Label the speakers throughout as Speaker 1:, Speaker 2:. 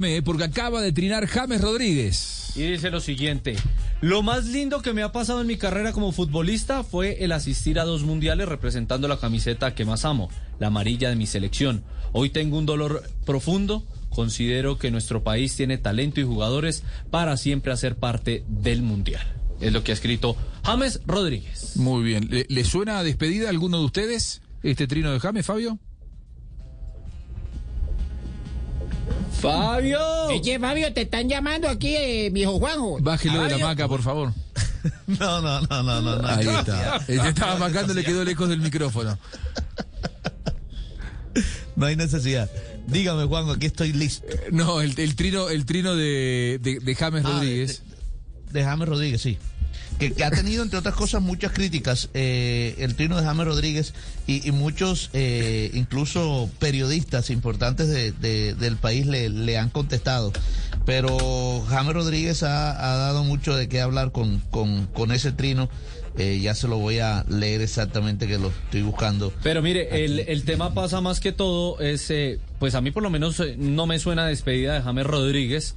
Speaker 1: Me, Porque acaba de trinar James Rodríguez.
Speaker 2: Y dice lo siguiente. Lo más lindo que me ha pasado en mi carrera como futbolista fue el asistir a dos mundiales representando la camiseta que más amo, la amarilla de mi selección. Hoy tengo un dolor profundo. Considero que nuestro país tiene talento y jugadores para siempre hacer parte del mundial. Es lo que ha escrito James Rodríguez.
Speaker 1: Muy bien. ¿Le, le suena a despedida a alguno de ustedes este trino de James, Fabio?
Speaker 2: Fabio.
Speaker 3: Oye, Fabio, te están llamando aquí, eh, viejo Juanjo.
Speaker 1: Bájelo de la maca, por favor.
Speaker 4: No, no, no, no, no. no.
Speaker 1: Ahí está. El que estaba macando le quedó lejos del micrófono.
Speaker 4: No hay necesidad. Dígame, Juanjo, aquí estoy listo.
Speaker 1: No, el, el trino, el trino de, de- de James
Speaker 4: Ah,
Speaker 1: Rodríguez.
Speaker 4: De James Rodríguez, sí. Que, que ha tenido, entre otras cosas, muchas críticas eh, el trino de James Rodríguez y, y muchos, eh, incluso periodistas importantes de- de- del país le, le han contestado. Pero James Rodríguez ha, ha dado mucho de qué hablar con, con- con ese trino. Eh, ya se lo voy a leer exactamente que lo estoy buscando.
Speaker 2: Pero mire, el, el tema pasa más que todo es, eh, pues a mí por lo menos eh, no me suena despedida de James Rodríguez.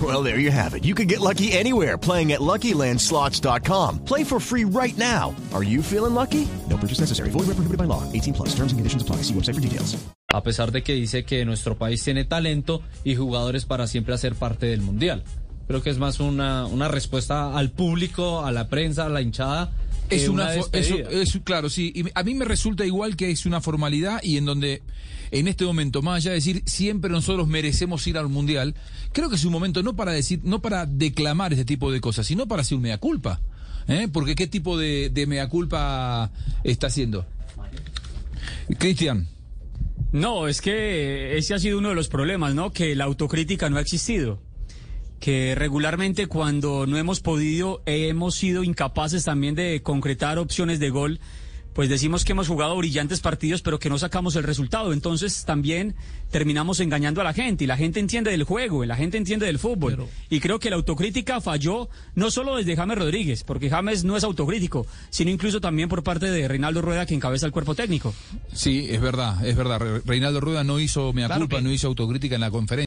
Speaker 5: Well, there you have it. You can get lucky anywhere playing at LuckyLandSlots.com. Play for free right now. Are you feeling lucky? No purchase necessary. Void where prohibited by law. 18 plus. Terms and conditions apply. See website for details.
Speaker 2: a pesar de que dice que nuestro país tiene talento y jugadores para siempre hacer parte del Mundial. Creo que es más una, una respuesta al público, a la prensa, a la hinchada. que
Speaker 1: Es una, fo- es,
Speaker 2: Eh,
Speaker 1: eh,
Speaker 2: despedida.
Speaker 1: es- claro, sí. Y a mí me resulta igual que es una formalidad y en donde en este momento más allá de decir siempre nosotros merecemos ir al mundial, creo que es un momento no para decir, no para declamar este tipo de cosas, sino para hacer un mea culpa. ¿eh? Porque qué tipo de, de mea culpa está haciendo. Cristian.
Speaker 6: No, es que ese ha sido uno de los problemas, ¿no? Que la autocrítica no ha existido. Que regularmente cuando no hemos podido, eh, hemos sido incapaces también de concretar opciones de gol, pues decimos que hemos jugado brillantes partidos, pero que no sacamos el resultado. Entonces también terminamos engañando a la gente y la gente entiende del juego, y la gente entiende del fútbol. Y creo que la autocrítica falló no solo desde James Rodríguez, porque James no es autocrítico, sino incluso también por parte de Reinaldo Rueda, que encabeza el cuerpo técnico.
Speaker 1: Sí, es verdad, es verdad. Re- Reinaldo Rueda no hizo mea
Speaker 4: Claro
Speaker 1: culpa,
Speaker 4: que-
Speaker 1: no hizo autocrítica en la conferencia.